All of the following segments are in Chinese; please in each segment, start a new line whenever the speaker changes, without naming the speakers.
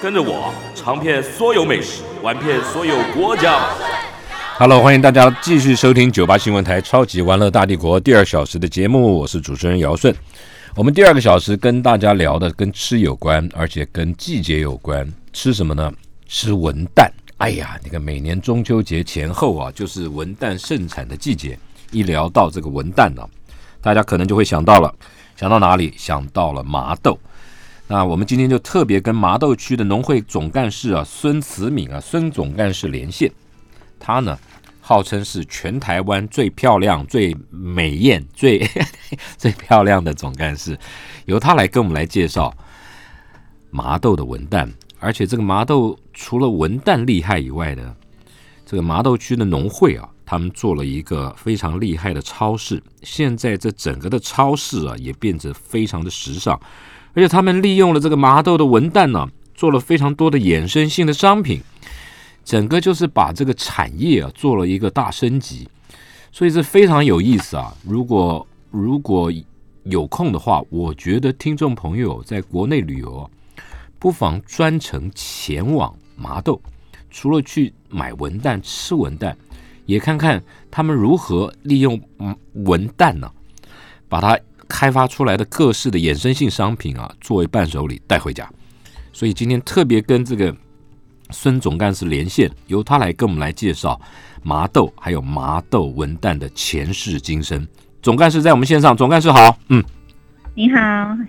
跟着我尝遍所有美食，玩遍所有国家。
Hello，欢迎大家继续收听九八新闻台《超级玩乐大帝国》第二小时的节目，我是主持人姚顺。我们第二个小时跟大家聊的跟吃有关，而且跟季节有关。吃什么呢？吃文旦。哎呀，那个每年中秋节前后啊，就是文旦盛产的季节。一聊到这个文旦呢、大家可能就会想到了，想到哪里？想到了麻豆。那我们今天就特别跟麻豆区的农会总干事啊孙慈敏啊孙总干事连线，他呢号称是全台湾最漂亮、最美艳、 最最漂亮的总干事，由他来跟我们来介绍麻豆的文旦。而且这个麻豆除了文旦厉害以外呢，这个麻豆区的农会啊，他们做了一个非常厉害的超市。现在这整个的超市啊，也变得非常的时尚，而且他们利用了这个麻豆的文旦呢、做了非常多的衍生性的商品，整个就是把这个产业啊做了一个大升级，所以这非常有意思啊。如果如果有空的话，我觉得听众朋友在国内旅游啊，不妨专程前往麻豆，除了去买文旦、吃文旦，也看看他们如何利用嗯文旦呢、把它开发出来的各式的衍生性商品啊，作为伴手礼带回家。所以今天特别跟这个孙总干事连线，由他来跟我们来介绍麻豆还有麻豆文旦的前世今生。总干事在我们线上，总干事好，嗯，
你好，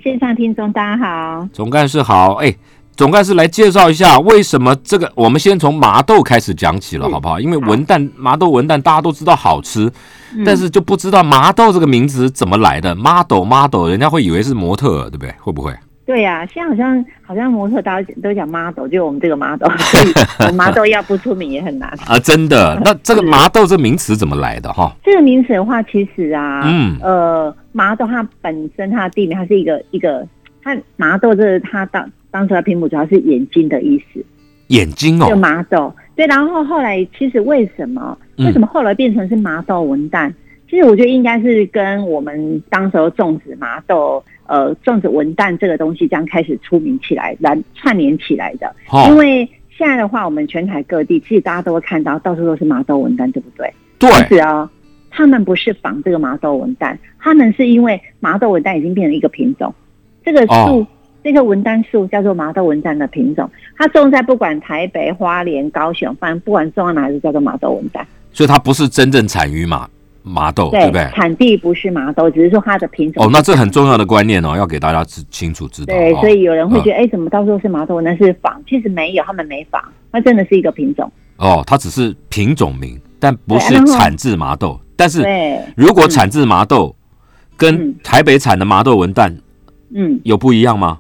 线上听众大家好。
总干事好，哎，总干事来介绍一下为什么这个，我们先从麻豆开始讲起了，
嗯
好不好？因为
好
文旦麻豆文旦大家都知道好吃，
嗯
但是就不知道麻豆这个名字怎么来的，model model，人家会以为是模特儿，对不对？会不会？
对呀、现在好像好像模特大家都讲 model，就我们这个 model，所以我们 model 要不出名也很难。
啊，真的，那这个
是
麻豆这名词怎么来的哈？
这个名词的话，其实啊，
嗯
呃，麻豆它本身它的地名，它是一个一个，它麻豆这个它当当时它拼谱主要是眼睛的意思，
眼睛
就
哦，
麻豆。对，然后后来其实为什么
嗯
为什么后来变成是麻豆文旦？其实我觉得应该是跟我们当时候种植麻豆，呃，种植文旦这个东西这样开始出名起来，来串联起来的。因
哦，
为现在的话，我们全台各地其实大家都会看到，到处都是麻豆文旦，对不对？
对，
是啊，他们不是仿这个麻豆文旦，他们是因为麻豆文旦已经变成一个品种，这个树、
哦
这个文旦树叫做麻豆文旦的品种，它种在不管台北、花莲、高雄，反正不管种到哪里，叫做麻豆文旦。
所以它不是真正产于麻麻豆，哦对不对？
产地不是麻豆，只是说它的品种。
哦，那这很重要的观念哦，要给大家知清楚知道。
对，
哦
所以有人会觉得，哎、怎么到处都是麻豆？那是仿，其实没有，他们没仿，那真的是一个品种。
哦，它只是品种名，但不是
对然后
产自麻豆。但是
对，
如果产自麻豆，跟
嗯
台北产的麻豆文旦
嗯。
有不一样吗？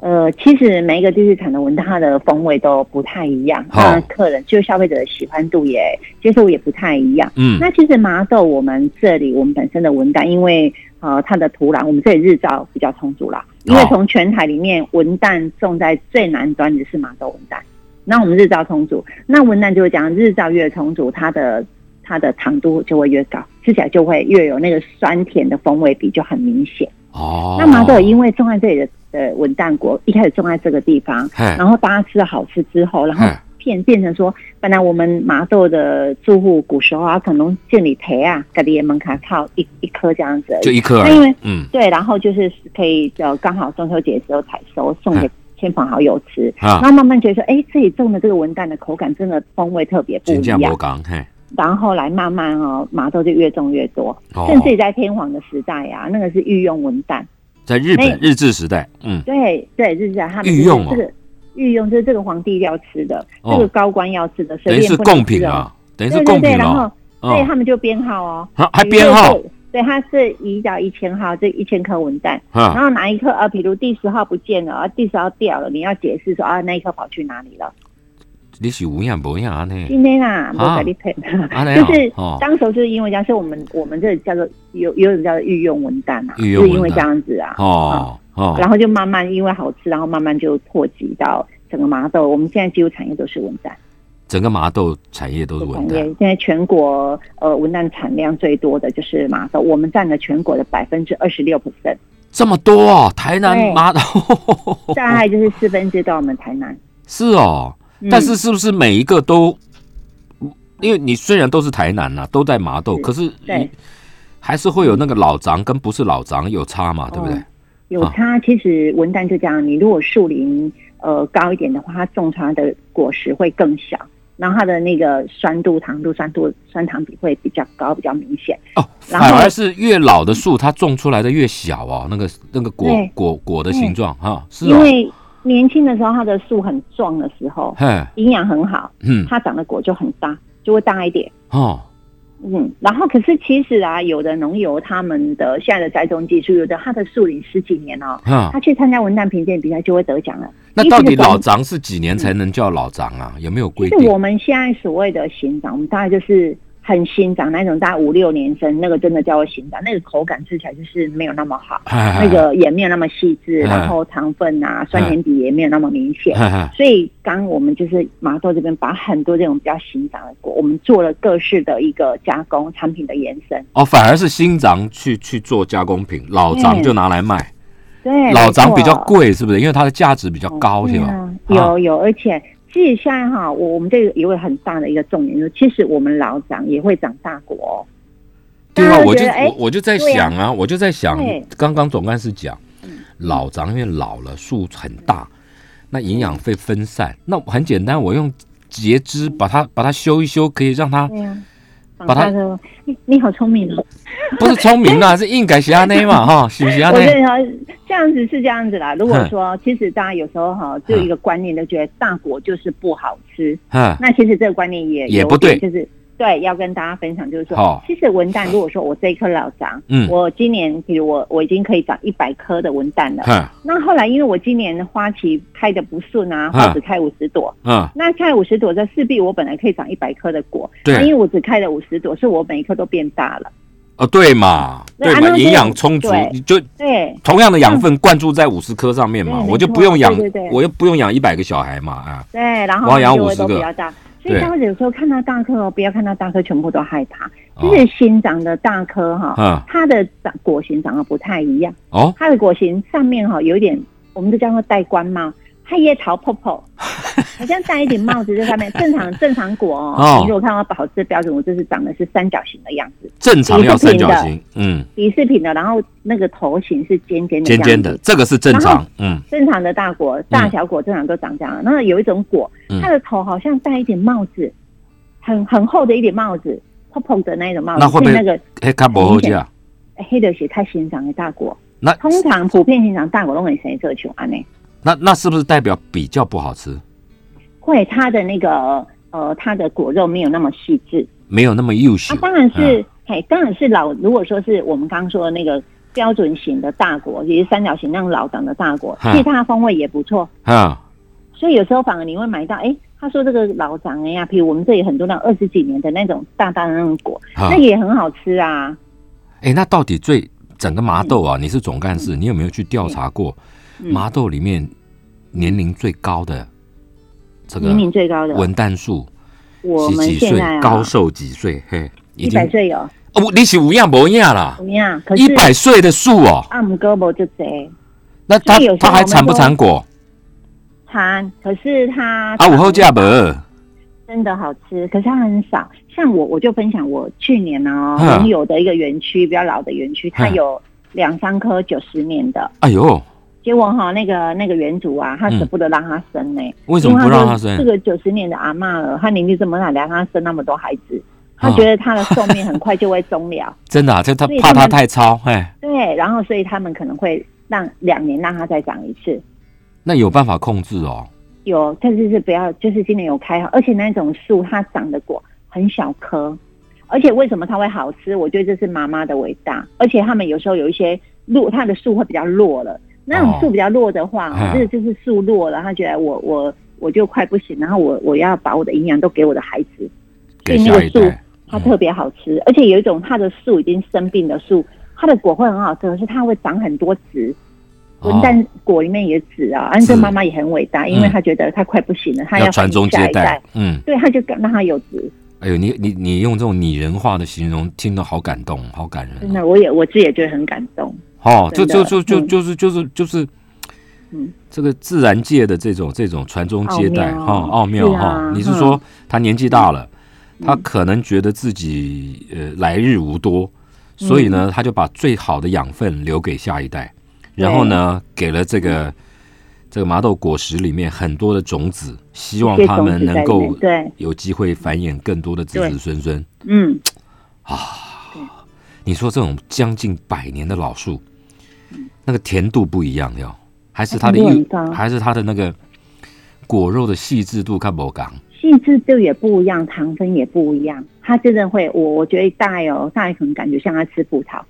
呃，其实每一个地区产的文旦，它的风味都不太一样，
好
那客人就消费者的喜欢度也接受也不太一样。
嗯，
那其实麻豆我们这里我们本身的文旦，因为呃它的土壤，我们这里日照比较充足啦。因为
哦
从全台里面，文旦种在最南端的是麻豆文旦，那我们日照充足，那文旦就会讲日照越充足，它的它的糖度就会越高，吃起来就会越有那个酸甜的风味比就很明显。
哦，
那麻豆也因为种在这里的呃文旦国，一开始种在这个地方，
嘿，
然后大家吃了好吃之后，然后
嘿
变变成说，本来我们麻豆的住户古时候啊，可能建里台啊，隔离门槛靠一一颗这样子而
就
已。
一颗而
那因
已
为。
嗯
对，然后就是可以呃刚好中秋节的时候采收送给
嗯
亲朋好友吃，
啊
然，后慢慢觉得说，哎，这里种的这个文旦的口感真的风味特别不
金
一
匠
样
博。港嘿，
然后后来慢慢哦，麻豆就越种越多，
哦，
甚至在天皇的时代啊，那个是御用文旦。
在日
那
本日治时代，嗯，
对对，就是这样，他们
御用哦
这个御用就是这个皇帝要吃的，
哦
这个高官要吃的，
等于
随便
是
不能
贡
吃
品
哦。
啊，等于
对
是
对
贡
对，
品
然
了
后。对
嗯
他们就编号哦，
还还
比如
编号
说是。对，它是移到一千号，这一千颗文旦，然
啊，
后哪一颗呃啊？比如第十号不见了，啊，第十号掉了，你要解释说啊，那一颗跑去哪里了？
你是无样无样啊呢？
今天啊，我
啊
给你配，
啊那样
就是
哦
当时候就是因为这样，所以我们我们这里叫做有有种叫做御用文旦啊，
御用文旦
是因为这样子啊，
哦哦
然后就慢慢因为好吃，然后慢慢就扩及到整个麻豆。我们现在几乎产业都是文旦，
整个麻豆产业都是文
产业
旦，
现在全国呃文旦产量最多的就是麻豆，我们占了全国的百分之二十六 percent，
这么多哦，台南
对
麻豆哦
大概就是四分之一到我们台南。
是哦，
嗯
但是是不是每一个都？因为你虽然都是台南呐、都在麻豆，
是
可是
对
你还是会有那个老长跟不是老长有差嘛，对不对
嗯？有
啊
差，其实文旦就这样，你如果树龄呃高一点的话，它种出来的果实会更小，然后它的那个酸度、糖度、酸度、酸糖比会比较高，比较明显。
哦，
然后
反而是越老的树，它种出来的越小哦，那个那个果
对嗯
果果的形状哈、是
因
哦，
为年轻的时候它的树很壮的时候，
嘿，
营养很好，
嗯，
它长的果就很大，就会大一点。
哦，
嗯，然后可是其实啊，有的农友他们的现在的栽种技术，有的它的树龄十几年哦，
哈、
他去参加文旦评鉴比赛就会得奖了。
那到底
一直种
老长是几年才能叫老长啊？有没有规
是
定？
我们现在所谓的行长，我们大概就是很新长那种，大概五六年生，那个真的叫做行长，那个口感吃起来就是没有那么好，
那
那个也没有那么细致，
哎
然后糖分啊、酸甜比也没有那么明显。所以，刚我们就是麻豆这边把很多这种比较行长的果，我们做了各式的一个加工产品的延伸。
哦，反而是新长去去做加工品，老
嗯
长就拿来卖。
对，
老张比较
没错
贵，是不是？因为它的价值比较高，
对
是吧？
啊，
啊
有有，而且其实现在哈，我我们这个有个很大的一个重点，就是其实我们老长也会长大果、哦。
对
大
啊，
家
我
觉
就
得哎
我我就在
对啊
想啊，我就在想
对，
刚刚总干事讲，老张因为老了，树很大，那营养会分散。那很简单，我用截枝把它把它修一修，可以让它
对呀，长
把它
大的，你你好聪明哦！
不是聪明啊，是硬改写阿内嘛哈，是不是阿
我跟
内？
你说，这样子是这样子啦。如果说，其实大家有时候哈，就有一个观念，就觉得大果就是不好吃。
嗯，
那其实这个观念也
也
有
不对
点就是对，要跟大家分享，就是
好
说，其实文旦，如果说我这一棵老长，
嗯
我今年比如我我已经可以长一百颗的文旦了。
哼
那后来因为我今年花期开的不顺啊，
嗯
花只开五十朵，
嗯，
那开五十朵，这势必我本来可以长一百颗的果，
对
那因为我只开了五十朵，所以我每一颗都变大了。
哦对嘛，
对
对
啊
嘛，
那
营
这
养充足
对，
你就
对，
同样的养分灌注在五十棵上面嘛，
对嗯没
我就
错
不用养
对对，对
我又不用养一百个小孩嘛啊。
对，然
我
后
要养
就会
50
都
个
比较大，所以
对
大家有时候看到大颗哦，不要看到大颗全部都害怕，
哦
就是新长的大颗哈、
嗯
它的长果形长得不太一样，
哦，
它的果形上面哈、有一点，我们就叫它戴冠帽，它也桃泡 泡，好像戴一顶帽子在上面。正常正常果哦，
哦
你如果看到保质标准，我就是长的是三角形的样子，
正常要三角形，嗯，
鄙视品的，然后那个头型是尖尖的，
尖尖的，。这个是正
然
常
后，
嗯，
正常的大果、大小果正常都长这样。那有一种果
嗯，
它的头好像戴一顶帽子，很很厚的一顶帽子，蓬蓬的那一种帽子。
那会不会
所以那个
黑卡伯后啊，
哎黑的血太欣赏的大果？
那
通常普遍欣赏大果都很谁这群安呢？
那那是不是代表比较不好吃，
会它的那个呃，它的果肉没有那么细致。
没有那么幼
啊
秀？，
当然是，嘿，当然是老。如果说是我们刚刚说的那个标准型的大果，也是三角形那种老长的大果，
嗯
其实它的风味也不错。
啊，
所以有时候反而你会买到，哎、他说这个老长哎呀，比如我们这里很多那种二十几年的那种大大的那种果，
啊
那个也很好吃啊。
哎，那到底最整个麻豆啊，你是总干事，你有没有去调查过
嗯
麻豆里面年龄最高的这个
年龄最高的，
文旦树
我
是
们
几
现
岁
在？啊，
高寿几岁？嘿，已
一
经
百岁有
哦，你是无样无样啦
怎，么样？可是
一百岁的树哦，
阿姆哥伯就贼
那它
所以有时候
它还产不
我们都
产果？
馋，可是它
啊，午后价不？
真的好吃，可是它很少。像我，我就分享我去年哦，
嗯
我们有的一个园区比较老的园区，它
嗯
有两三棵九十年的，
哎呦，
结果哈、那个那个园主啊，他
嗯
舍不得让他生呢、
为什么不让他
因为说这
生？
个九十年的阿嬷了，她年纪这么大，让她生那么多孩子，她
哦
觉得她的寿命很快就会终了。
真的、啊，这他
所以
怕
他
他
们
太超，哎，
对，然后所以他们可能会让两年让她再长一次。
那有办法控制哦。
有，但是是不要，就是今年有开好，而且那种树它长的果很小颗，而且为什么它会好吃？我觉得这是妈妈的伟大。而且他们有时候有一些弱，它的树会比较弱了，那种
哦
树比较弱的话，
嗯
这、个就是树弱了，他觉得我我我就快不行，然后我我要把我的营养都给我的孩子，
给
所以
下
那个
一
树
代。
它
嗯
特别好吃，而且有一种它的树已经生病的树，它的果会很好吃，可是它会长很多籽。
哦
文旦果里面也籽啊，安
籽
这妈妈也很伟大，因为
嗯
她觉得她快不行了，她
要
要
传宗
下
接
一
代，嗯，
对，她就让她有籽。
哎呦，你你你用这种拟人化的形容，听得好感动，好感
真
人啊
的，我也我自己也觉得很感动。
哦。哦，这
真的
就就就
嗯
就是就是就是
嗯，
这个自然界的这种这种传宗接代
奥妙
哈，奥妙
是啊
哈。你是
嗯
说他年纪大了，
嗯
他可能觉得自己呃来日无多，
嗯
所以呢，他就把最好的养分留给下一代，然后呢，给了这
嗯
个这个麻豆果实里面很多的种子，希望
一些
哦他
种
们
子在
能
里
够
面对
有机会繁衍更多的子子
对
孙孙。
嗯，
你说这种将近百年的老树，那个甜度不一样哟，还是它的
它甜
玉
度很高，
还是它的那个果肉的细致度看不刚
细致度也不一样，糖分也不一样。他真的会，我我觉得大概有大概可能感觉像他吃葡萄，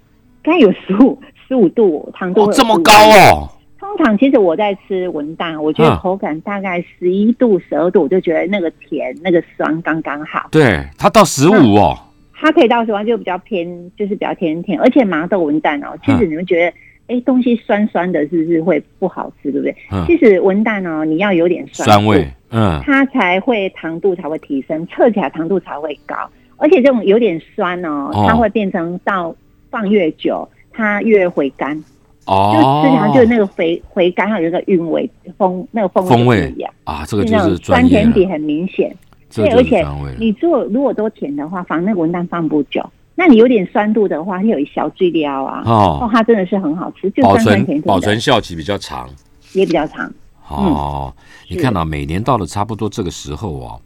该有十五十五度糖度、
哦，这么高！哦，
通常其实我在吃文旦，我觉得
嗯
口感大概十一度、十二度，我就觉得那个甜、那个酸刚刚好。
对，它到十五哦，
它可以到时候就比较偏，就是比较甜甜，而且麻豆文旦
啊
哦，其实你们觉得，哎、东西酸酸的，是不是会不好吃，对不对？
嗯
其实文旦哦，你要有点酸
酸
度
味，嗯，
它才会糖度才会提升，测起来糖度才会高，而且这种有点酸哦，
哦
它会变成到放越久，它越回甘，就
哦，
吃起来就是那个回回甘，它有一个韵味风，那个风味
风味
就不一样，
啊，这
就
个
那
就是
种
专
酸
业
甜
了，
比很明显。
这个就
而
是
且
专业了，
你做如果都甜的话，放那个文旦放不久，那你有点酸度的话，它有一小醉料啊。哦
哦，，
它真的是很好吃，哦就
保
酸酸
存
甜
保
甜的，
存效期比较长。
也比较长。
哦，你
是
看到、每年到了差不多这个时候哦，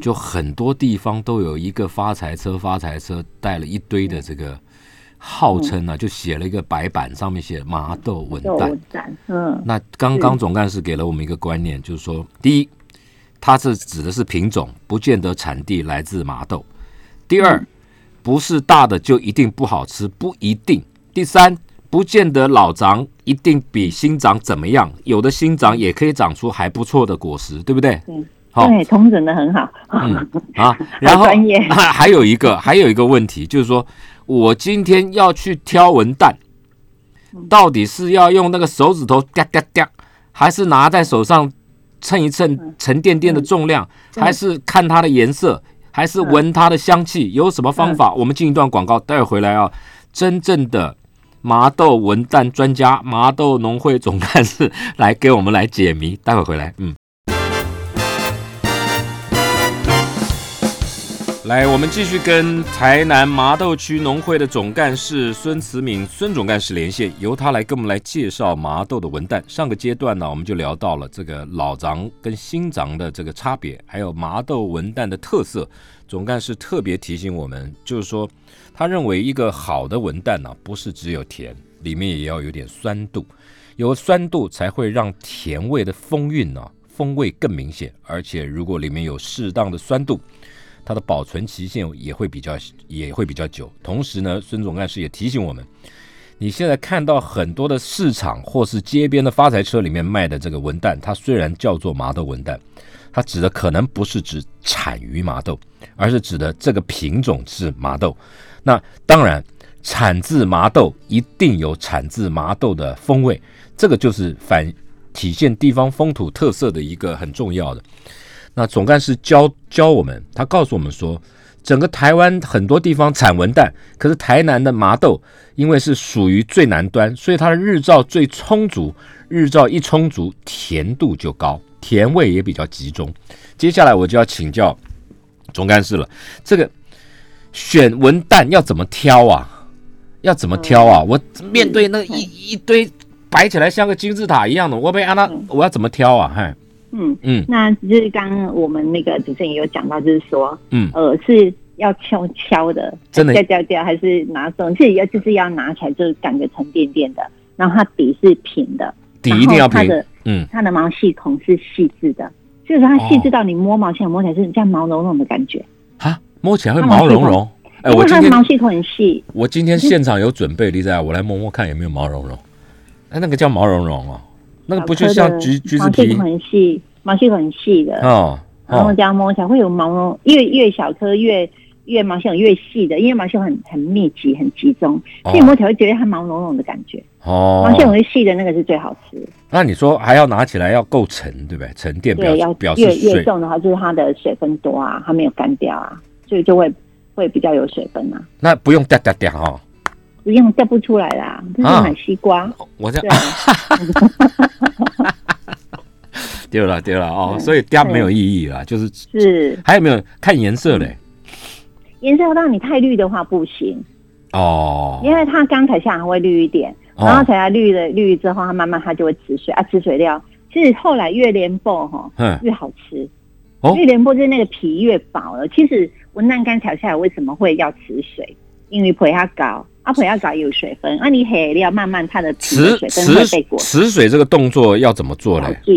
就很多地方都有一个发财车，发财车带了一堆的这个，号称啊，就写了一个白板，上面写麻豆文
就
旦
文。旦，嗯，
那刚刚总干事给了我们一个观念，就是说，第一，它是指的是品种，不见得产地来自麻豆；第二，不是大的就一定不好吃，不一定；第三，不见得老长一定比新长怎么样，有的新长也可以长出还不错的果实，对不对？
对
好
对，同整的很好。
嗯啊，然后
专业
还有一个还有一个问题就是说，我今天要去挑文旦，
嗯
到底是要用那个手指头哒哒哒，还是拿在手上称一称沉甸甸的重量，
嗯
还是看它的颜色，还是闻它的香气？有什么方
嗯
法？我们进一段广告，待会儿回来啊。真正的麻豆文旦专家、麻豆农会总干事来给我们来解谜，待会儿回来，嗯。来，我们继续跟台南麻豆区农会的总干事孙慈敏孙总干事连线，由他来跟我们来介绍麻豆的文旦。上个阶段呢，我们就聊到了这个老长跟新长的这个差别，还有麻豆文旦的特色。总干事特别提醒我们，就是说，他认为一个好的文旦呢、不是只有甜，里面也要有点酸度，有酸度才会让甜味的风韵呢、风味更明显。而且如果里面有适当的酸度，它的保存期限也会比较也会比较久。同时呢，孙总干事也提醒我们，你现在看到很多的市场或是街边的发财车里面卖的这个文旦，它虽然叫做麻豆文旦，它指的可能不是指产于麻豆，而是指的这个品种是麻豆。那当然，产自麻豆一定有产自麻豆的风味，这个就是反体现地方风土特色的一个很重要的。那总干事教教我们，他告诉我们说，整个台湾很多地方产文旦，可是台南的麻豆因为是属于最南端，所以它的日照最充足，日照一充足，甜度就高，甜味也比较集中。接下来我就要请教总干事了，这个选文旦要怎么挑啊？要怎么挑
嗯
啊？我面对那一一堆摆起来像个金字塔一样的，我被安娜，我要怎么挑啊？嗨，
嗯，
嗯
那就是刚刚我们那个主持人也有讲到，就是说，
嗯
呃，是要敲敲的，
真的
敲敲敲，还是拿手？是要就是要拿起来，就是感觉沉甸甸的，然后它底是平的，
底一定要
然后它
平，
的
嗯，
它的毛细孔是细致的，就是它细
哦
致到你摸毛线摸起来是像毛茸茸的感觉，
哈，摸起来会毛茸茸。哎，
因
我
为
今
它的
天
毛细孔很细，
我今天现场有准备，丽在，我来摸摸看有没有毛茸茸。哎，那个叫毛茸茸哦，那个不就像橘橘子
毛细
皮
孔很细，毛细孔很细的，
哦
然后
哦
这样摸起来会有毛茸，越越小颗越越毛细孔越细的，因为毛细孔很很密集很集中，
哦
所以摸起来会觉得它毛茸茸的感觉。毛细孔
哦，
越细的那个是最好吃，
那你说还要拿起来要够沉，对不对？沉淀表
对，要
示表示
越越
水，
重的话就是它的水分多啊，它没有干掉啊，所以就会会比较有水分啊，
那不用哒哒哒哈。
不用掉不出来啦，就是
啊
买西瓜，
我这 啊
对，
丢了丢了哦，
嗯
所以掉没有意义了，就是
是
还有没有看颜色嘞？
颜色让你太绿的话不行，
哦，
因为它刚采下还会绿一点，
哦
然后采下绿的绿之后，它慢慢它就会吃水啊，吃水料。其实后来越莲薄哈
嗯
越好吃，
哦
越莲薄就是那个皮越薄了。其实文旦干采下来为什么会要吃水？因为培它高，啊培它高也有水分，啊你黑料慢慢它的皮
持
的水分会
持
被裹
持水这个动作要怎么做嘞？
住。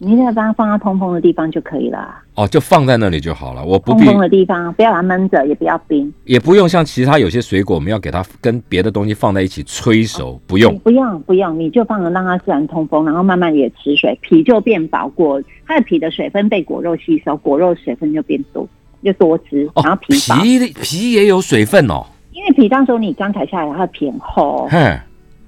你就把它放到通风的地方就可以了啊，
哦，就放在那里就好了，我不
通
必
风的地方不要把它闷着，也不要冰，
也不用像其他有些水果，我们要给它跟别的东西放在一起催熟，不用
你不用不用，你就放着让它自然通风，然后慢慢也持水，皮就变薄，果它的皮的水分被果肉吸收，果肉水分就变多，就多汁，然后
哦。
皮薄，
皮皮也有水分哦，
因为皮到时候你刚采下来，它的皮很厚、哦，
哼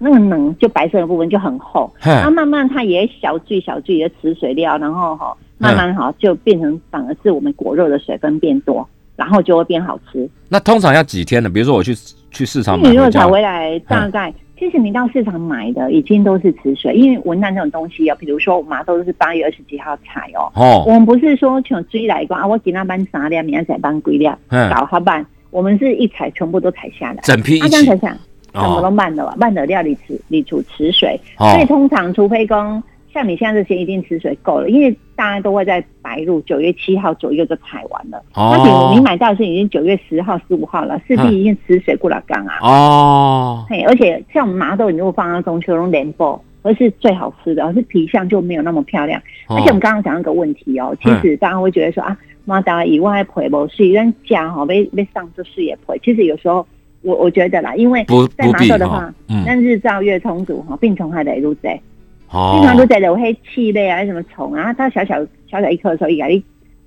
那个能就白色的部分就很厚，它
哼，
慢慢它也小聚小聚，也持水料，然后哈、慢慢哈就变成反而是我们果肉的水分变多，然后就会变好吃。
那通常要几天呢？比如说我去去市啊场买
你如果
回家嗯
采，回来，大概其实你到市场买的已经都是池水，因为文旦这种东西啊，比如说我们都是八月二十几号采哦，我
哦，
们不是说像追来讲啊，我今天班啥料，明天再班归料，
嗯，
啊搞好办，我们是一采全部都采下来。
整批一
啊，这样
起
才想，什么
哦
都慢的吧，慢的料理池理储池水，
哦
所以通常除非工像你现在这些一定池水够了，因为大家都会在白露九月七号左右就采完了。那比如你
哦
买到的是已经九月十号、十五号了，势
嗯
必已经池水过了缸啊。
哦，
嘿，而且像我们麻豆，你如果放到中秋用莲藕，而是最好吃的，而是皮相就没有那么漂亮。
哦
而且我们刚刚讲到一个问题哦，其
嗯
实大家会觉得说啊，麻豆以外赔不是，但家哈被被上做事也赔。其实有时候我我觉得啦，因为
不
在
不
麻
必
豆的
哈
话，
嗯
那日照越充足哈，病虫害得入贼，病虫害
哦
入贼有黑气味啊，什么虫啊，它小小小小一颗的时候，一咬一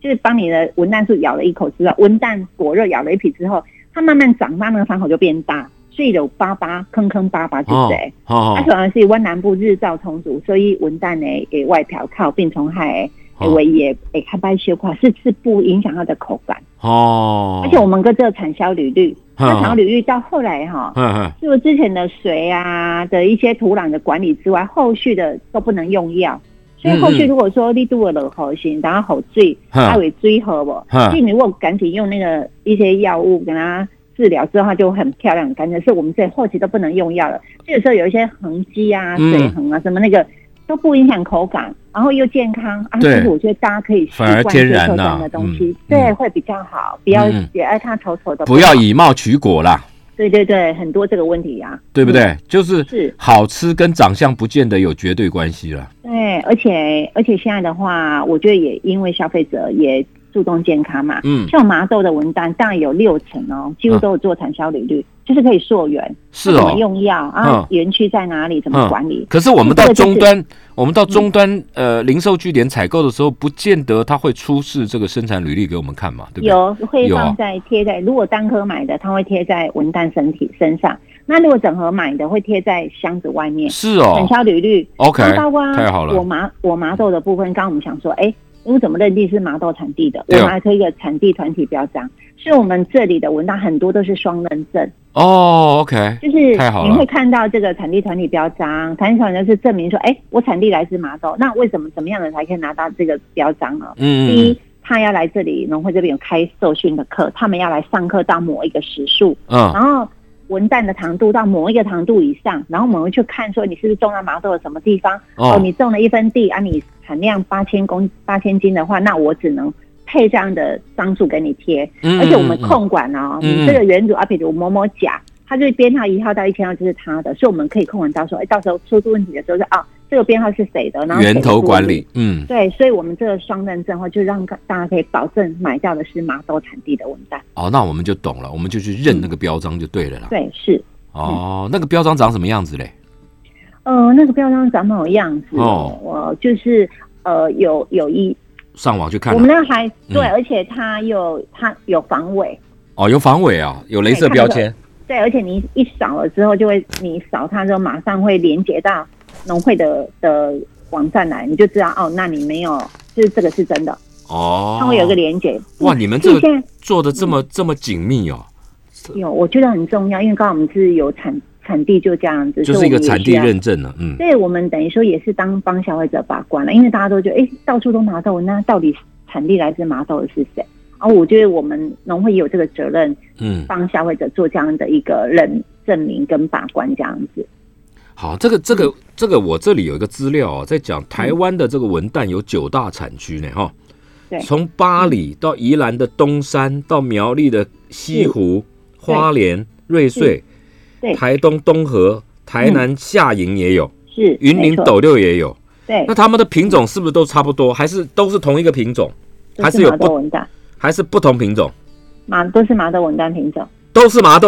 就是帮你的文旦树咬了一口之后，文旦果肉咬了一皮之后，它慢慢长大，那个伤口就变大，所以有疤疤坑坑巴巴就是这样。它
哦
主要是温南部日照充足，所以文旦呢诶外表靠病虫害诶
哦
为也诶开掰修块，是是不影响它的口感。
哦，
而且我们跟这个产销履历，
嗯
那产销履历到后来哈、
嗯嗯
除了之前的水啊的一些土壤的管理之外，后续的都不能用药。所以后续
嗯嗯
如果说你对我的喉型，然后喉醉，
嗯
还有追喝不
嗯，
所以你如果赶紧用那个一些药物跟它治疗之后，它就很漂亮，感觉是我们这后期都不能用药了。这个时候有一些痕迹啊、
嗯
水痕啊什么那个都不影响口感，然后又健康啊。
对
其实我觉得大家可以习
反而
惯
天
接
然
受这
呐
样的东
嗯
西
嗯，
对，会比较好，不要
嗯
也爱它丑丑的。
不要
好
以貌取果啦，
对对对，很多这个问题啊，
对不
嗯？
对？就是
是
好吃跟长相不见得有绝对关系了。
对，而且而且现在的话，我觉得也因为消费者也注重健康嘛，
嗯，
像麻豆的文旦，大概有六成哦，几乎都有做产销履率，就是可以溯源，
嗯是
它怎么
哦。
用药啊
嗯，
园区在哪里，怎么管理，
可是我们到
这个就是嗯
终端，我们到终端呃零售据点采购的时候，不见得他会出示这个生产履历给我们看嘛，对不对？
有会
有啊
放在贴在，如果单颗买的，它会贴在文旦身体身上；那如果整盒买的，会贴在箱子外面。
是
产
哦。
销履率
OK，
那包括啊
太好了
我麻我麻豆的部分，刚刚我们想说，哎，我怎么认定是麻豆产地的？我
对哦
们还推一个产地团体标章，所以我们这里的文旦很多都是双认证。
哦，OK，
就是
太好
你
了
会看到这个产地团体标章，产地团体就是证明说，哎，我产地来自麻豆，那为什么怎么样的人才可以拿到这个标章呢？
嗯
第
嗯
一，他要来这里农会这边有开受训的课，他们要来上课到某一个时数，
嗯，
然后文旦的糖度到某一个糖度以上，然后我们会去看说你是不是种在麻豆的什么地方。哦，
哦嗯
你种了一分地啊，你产量八千公八千斤的话，那我只能配这样的张数给你贴。
嗯
而且我们控管哦，
嗯
你这个原主啊，比如某某甲，它就是编号一号到一千号就是它的，所以我们可以控管到说，哎，到时候出问题的时候是啊，这个编号是谁的，然后谁
源头
注
管
意
理，。嗯，
对，所以我们这个双认证的话，就让大家可以保证买到的是麻豆产地的文旦。
哦，那我们就懂了，我们就去认那
嗯
个标章就对了啦。
对，是，
哦，那个标章长什么样子嘞？
呃，那个标章长蛮有样子
哦
哦，我就是呃有有一，
上网去看
我
啊
们那个还对，
嗯
而且它有它有防伪，
哦，有防伪啊，有镭射标签，
对，而且你一扫了之后，就会你扫它之后马上会连接到农会的的网站来，你就知道哦，那你没有，就是这个是真的，
哦，
它会有一个嗯连接。
哇，
嗯
你们
所
这
以
个
现在
做的这么这么紧密哦，
有，我觉得很重要，因为刚好我们是有产产地就这样子，
就
所
是
以
一个
我们也
产
需
地
要
认证了，嗯，
对我们等于说也是当帮消费者把关了，因为大家都觉得，哎，到处都麻豆，那到底产地来自麻豆的是谁？啊，我觉得我们农会也有这个责任，
嗯，
帮消费者做这样的一个认证明跟把关，这样子。
好，这个这
嗯
个这个，我这里有一个资料哦，在讲台湾的这个文旦有九大产区呢，哈、
对嗯
从巴里到宜兰的东山，到苗栗的西湖、花莲、瑞穗
嗯对，
台东东河、台南下营也有，
是
云林
没错
斗六也有。
对
那，他们的品种是不是都差不多？还是都是同一个品种？
都
还
是
是有
麻豆
不
文旦，
还是不同品种？
麻都是麻豆文旦品种。
都是麻豆，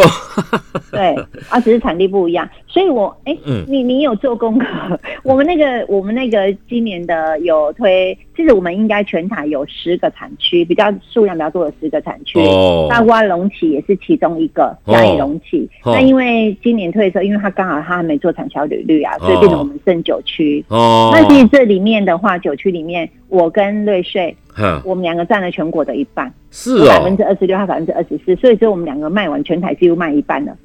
对，啊，只是产地不一样，所以我哎、
嗯
你你有做功课？我们那个我们那个今年的有推，其实我们应该全台有十个产区，比较数量比较多的十个产区，
哦
包括龙起也是其中一个，嘉义龙起。
哦
那因为今年推的时候，因为它刚好它还没做产销履历啊，所以变成我们剩九区。
哦，
那其实这里面的话，九区里面，我跟瑞穗，
哼
我们两个占了全国的一半，
是
百分
哦，
之二十六和百分之二十四，所以说我们两个卖完全台几乎卖一半 了。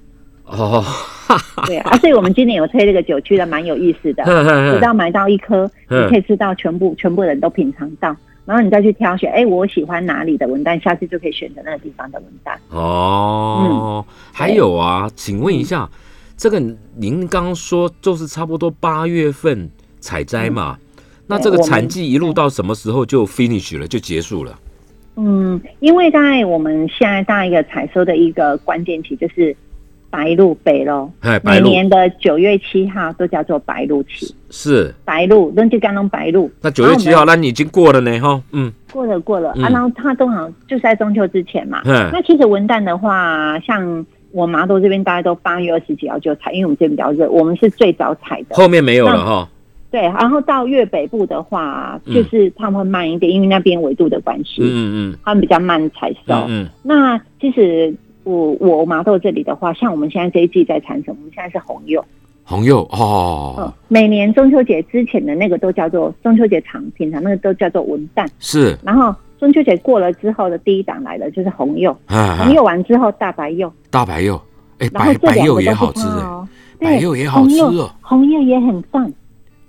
哦，哈哈
对啊，啊所以我们今年有推这个九区的，蛮有意 思的。
哈
你只
哈
要买到一颗，你
嗯
可以吃到全部，全部人都品尝到，然后你再去挑选，哎，我喜欢哪里的文旦，下次就可以选择那个地方的文旦。
哦，
嗯
还有啊，请问一下，这个您刚刚说就是差不多八月份采摘嘛？
嗯
那这个
我们
产季一路到什么时候就 finish 了，就结束了？
嗯，因为在我们现在大一个采收的一个关键期就是白露北喽，
哎，白
每
露
年的九月七号都叫做白露期，
是，
白露，那就刚刚白露。
那九月七号，
然后我们
那你已经过了呢，哈，嗯，
过了过了、
嗯
啊，然后它通常就是在中秋之前嘛。
嗯
那其实文旦的话，像我麻豆这边大概都八月二十几号就采，因为我们这边比较热，我们是最早采的。
后面没有了哈，
对，然后到越北部的话，
嗯
就是他们会慢一点，因为那边纬度的关系，
嗯嗯
他们比较慢采收。
嗯嗯
那其实我我麻豆这里的话，像我们现在这一季在产什么？我们现在是红柚，
嗯，红柚
嗯、
哦，
每年中秋节之前的那个都叫做中秋节长品尝，那个都叫做文旦。
是，
然后中秋节过了之后的第一档来了就是红柚，红
哎，
柚完之后大白柚，
大白柚，哎，
然后
白
这
白
两
柚
个
也
都
好
是
吃
它
哎，
哦，
白
对
柚也好
红
吃
柚
哦，
红柚也很棒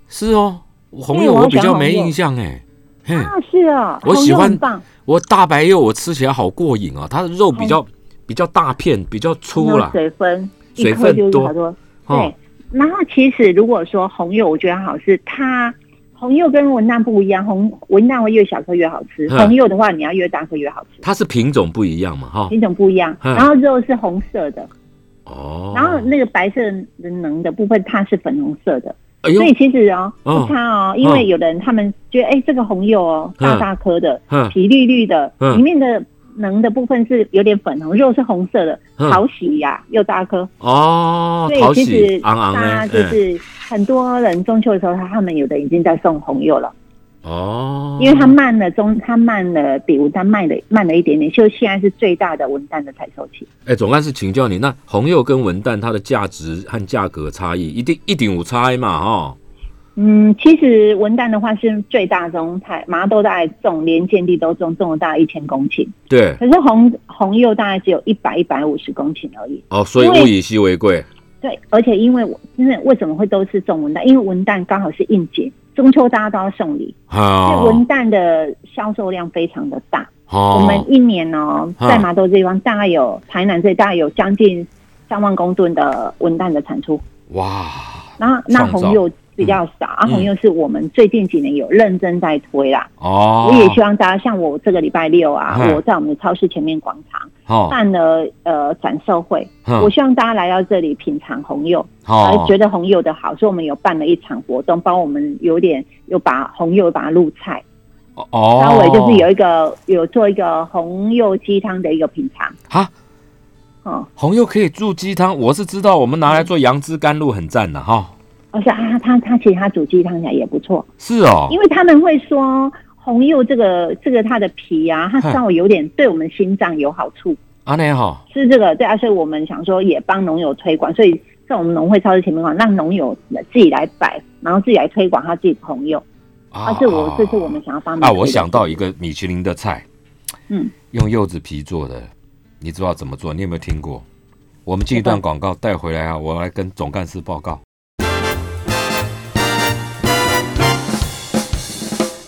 是哦，红
对
柚
我
我
要
比
讲
较
红
没
柚
印象哎，嘿。
啊，是哦，
我
红
喜
柚
欢
很棒，
我大白柚我吃起来好过瘾啊，它的肉比
哦
较比较大片，比较粗
有
啦。
水分，一
水
颗
分
就是
多
好多，
哦
对。然后其实如果说红柚，我觉得好吃，它红柚跟文旦不一样，红文旦会越小颗越好吃，
嗯
红柚的话你要越大颗越好吃，
它是品种不一样嘛，哈。
品种不一样。
嗯
然后肉是红色的，
哦。
然后那个白色的能的部分它是粉红色的，
哎呦
所，以其实哦
哦
不差哦，因为有的人他们觉得哎这个红柚哦
嗯
大大颗的
嗯，
皮绿绿的，
嗯
里面的能的部分是有点粉红，肉是红色的，
嗯
好喜呀又大颗。
哦，
所
讨
以其
喜
实
昂昂
大家
哎，
就
嗯
是很多人中秋的时候，他他们有的已经在送红柚了，
哦，
因为它慢了中，它慢了比文旦慢了慢了一点点，就现在是最大的文旦的采收期。
哎，总干事请教你，那红柚跟文旦它的价值和价格差异，一定一定有差嘛，哈。
嗯，其实文旦的话是最大宗采，麻豆大概种连建地都种，种了大概一千公顷，
对，
可是红红柚大概只有一百一百五十公顷而已。
哦，所以
因为
物以稀为贵。
对，而且因为我因为为什么会都是种文旦？因为文旦刚好是应节，中秋大家都要送礼，所以
哦
文旦的销售量非常的大。我们
哦，
一年哦，
嗯
在麻豆这地方大概有台南这大概有将近三万公吨的文旦的产出，
哇，
然后那
创造
红柚比较少，啊，
嗯
红柚是我们最近几年有认真在推啦。
哦，
我也希望大家像我这个礼拜六啊，
嗯
我在我们的超市前面广场
哦，
办了呃展售会，
哼
我希望大家来到这里品尝红柚，还
哦，
觉得红柚的好，所以我们有办了一场活动，帮我们有点有把红柚把它入菜，
哦，
稍微就是有一个有做一个红柚鸡汤的一个品尝。
哈，
哦，
红柚可以入鸡汤，我是知道，我们拿来做杨枝甘露很赞的哈。
我说啊，它它其实它煮鸡汤起来也不错，
是哦，
因为他们会说红柚这个这个它的皮啊，它
嗨
稍微有点对我们心脏有好处，
阿内好，
是这个对啊，所以我们想说也帮农友推广，所以在我们农会超市前面广，让农友自己来摆，然后自己来推广他自己的红柚，啊，是我这是我们想要帮忙
啊，
推
我
的
想到一个米其林的菜，
嗯，
用柚子皮做的，你知道怎么做？你有没有听过？我们进一段广告带回来啊，我来跟总干事报告。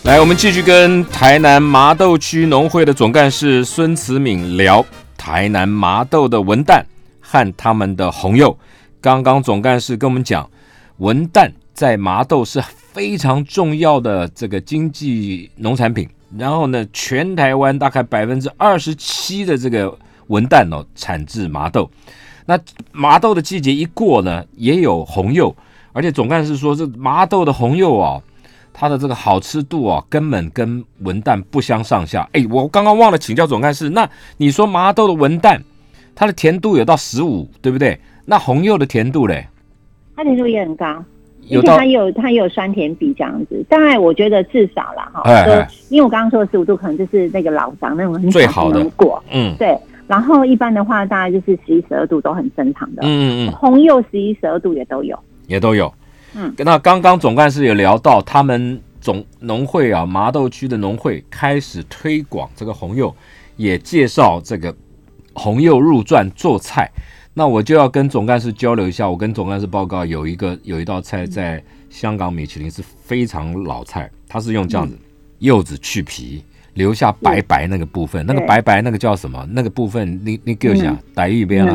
来，我们继续跟台南麻豆区农会的总干事孙慈敏聊台南麻豆的文旦和他们的红柚。刚刚总干事跟我们讲，文旦在麻豆是非常重要的这个经济农产品。然后呢，全台湾大概百分之二十七的这个文旦哦产自麻豆。那哦麻豆的季节一过呢，也有红柚，而且总干事说这麻豆的红柚哦，它的这个好吃度哦，根本跟文旦不相上下。哎，我刚刚忘了请教总干事，那你说麻豆的文旦，它的甜度有到十五，对不对？那红柚的甜度嘞，
它甜度也很高，
有
而且
到
它也有它也有酸甜比这样子。当然，我觉得至少啦哈
哎，
就
哎
因为我刚刚说的十五度，可能就是那个老长那种很
最
小
好的
农果，
嗯
对。然后一般的话，大概就是十一、十二度都很正常的。
嗯嗯嗯，
红柚十一、十二度也都有。
也都有。
嗯，
那刚刚总干事有聊到他们总农会啊，麻豆区的农会开始推广这个红柚，也介绍这个红柚入传做菜。那我就要跟总干事交流一下，我跟总干事报告有一个有一道
嗯
菜在香港米其林是非常老菜，它是用这样子、柚子去皮。留下白白那个部分，那个
对
白白那个叫什么？那个部分你你给我讲
嗯，
台语边啊，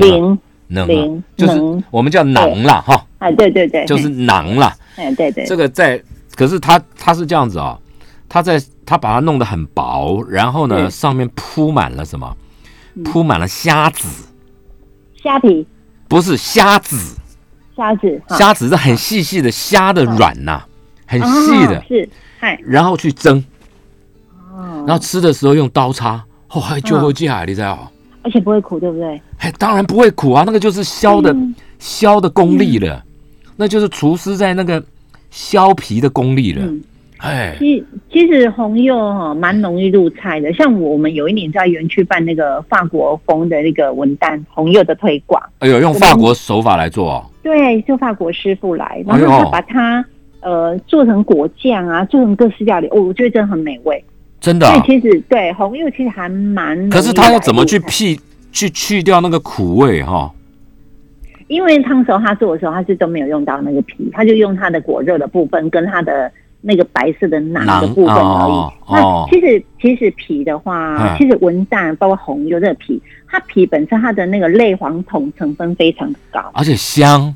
能啊
嗯零
能啊
零，
就是
能
我们叫囊啦哈，
哎，对对对，
就是囊啦。
哎，对 对，
这个在，可是它它是这样子啊、它在它把它弄得很薄，然后呢
对
上面铺满了什么？
嗯
铺满了虾子，
虾皮、
不是虾子，
虾子、哈
虾子是很细细的虾的软呐、很
啊
细的，
是，嗨，
然后去蒸，然
哦，
后吃的时候用刀叉，哦，还
啊
就会这样，你知道哦？
而且不会苦，对不对？
哎，当然不会苦啊，那个就是削的
嗯
削的功力了，那就是厨师在那个削皮的功力了
嗯，
哎，
其其实红柚哈蛮容易入菜的，像我们有一年在园区办那个法国风的那个文旦红柚的推广，
哎呦，用法国手法来做哦，
对，就法国师傅来，
哎
然
呦
后他把它、呃做成果酱啊，做成各式料理，哦，我觉得真的很美味。
真的、
所
啊
以。其实对红柚其实还蛮容易
可是他要怎么去
入菜？
辟去去掉那个苦味哈？
因为汤时候他做的时候，他是都没有用到那个皮，他就用它的果肉的部分跟它的。那个白色的囊的
囊
部分而已。
哦哦
那其实其实皮的话
嗯，
其实文旦包括红柚这个皮，它皮本身它的那个类黄酮成分非常高。
而且香，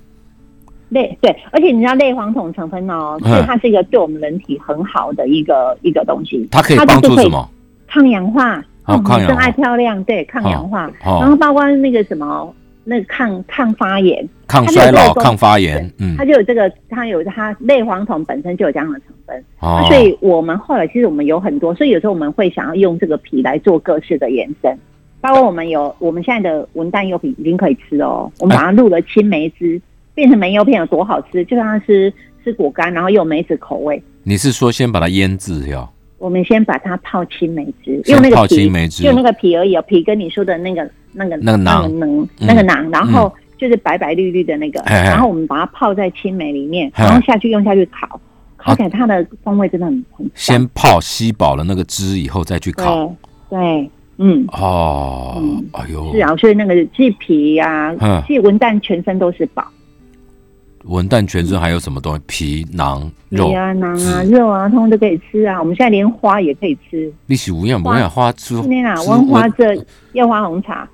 类对，而且你知道类黄酮成分哦，
嗯
是它是一个对我们人体很好的一个一个东西，
它可以
它
帮
就是
助
可以
什么？
抗氧化，
哦
嗯
抗氧
女生
化
爱漂亮，对，抗氧化，
哦
然后包括那个什么，那个抗抗发炎，
抗
它
衰
就是
老、
说
抗发炎，嗯
它，就有这个，它有它类黄酮本身就有这样的成分，
哦
所以我们后来其实我们有很多，所以有时候我们会想要用这个皮来做各式的延伸。包括我们有我们现在的文旦柚皮已经可以吃哦，我们把它入了青梅汁，变成梅柚片有多好吃，就像它吃吃果干，然后用梅子口味。
你是说先把它腌制掉？
我们先把它泡青梅汁，
先
用那个
泡
皮，
青梅汁
用那个皮而已哦，皮跟你说的那个那个
那个
那
囊
个囊
嗯
那个囊，然后就是白白绿绿的那个，
嘿嘿
然后我们把它泡在青梅里面，
嘿
然后下去用下去烤，烤起来它的风味真的很很香
先泡吸饱了那个汁以后再去烤。
对对，嗯，
哦
嗯，
哎呦
是，啊，所以那个鸡皮呀、
嗯
啊，其实文旦全身都是宝，
文旦全身还有什么东西？皮囊肉
皮啊、囊啊、
汁，
肉啊，通通都可以吃啊。我们现在连花也可以吃，
你是无恙不恙花吃？
天啊，
吃
温花
文
这叶花红茶、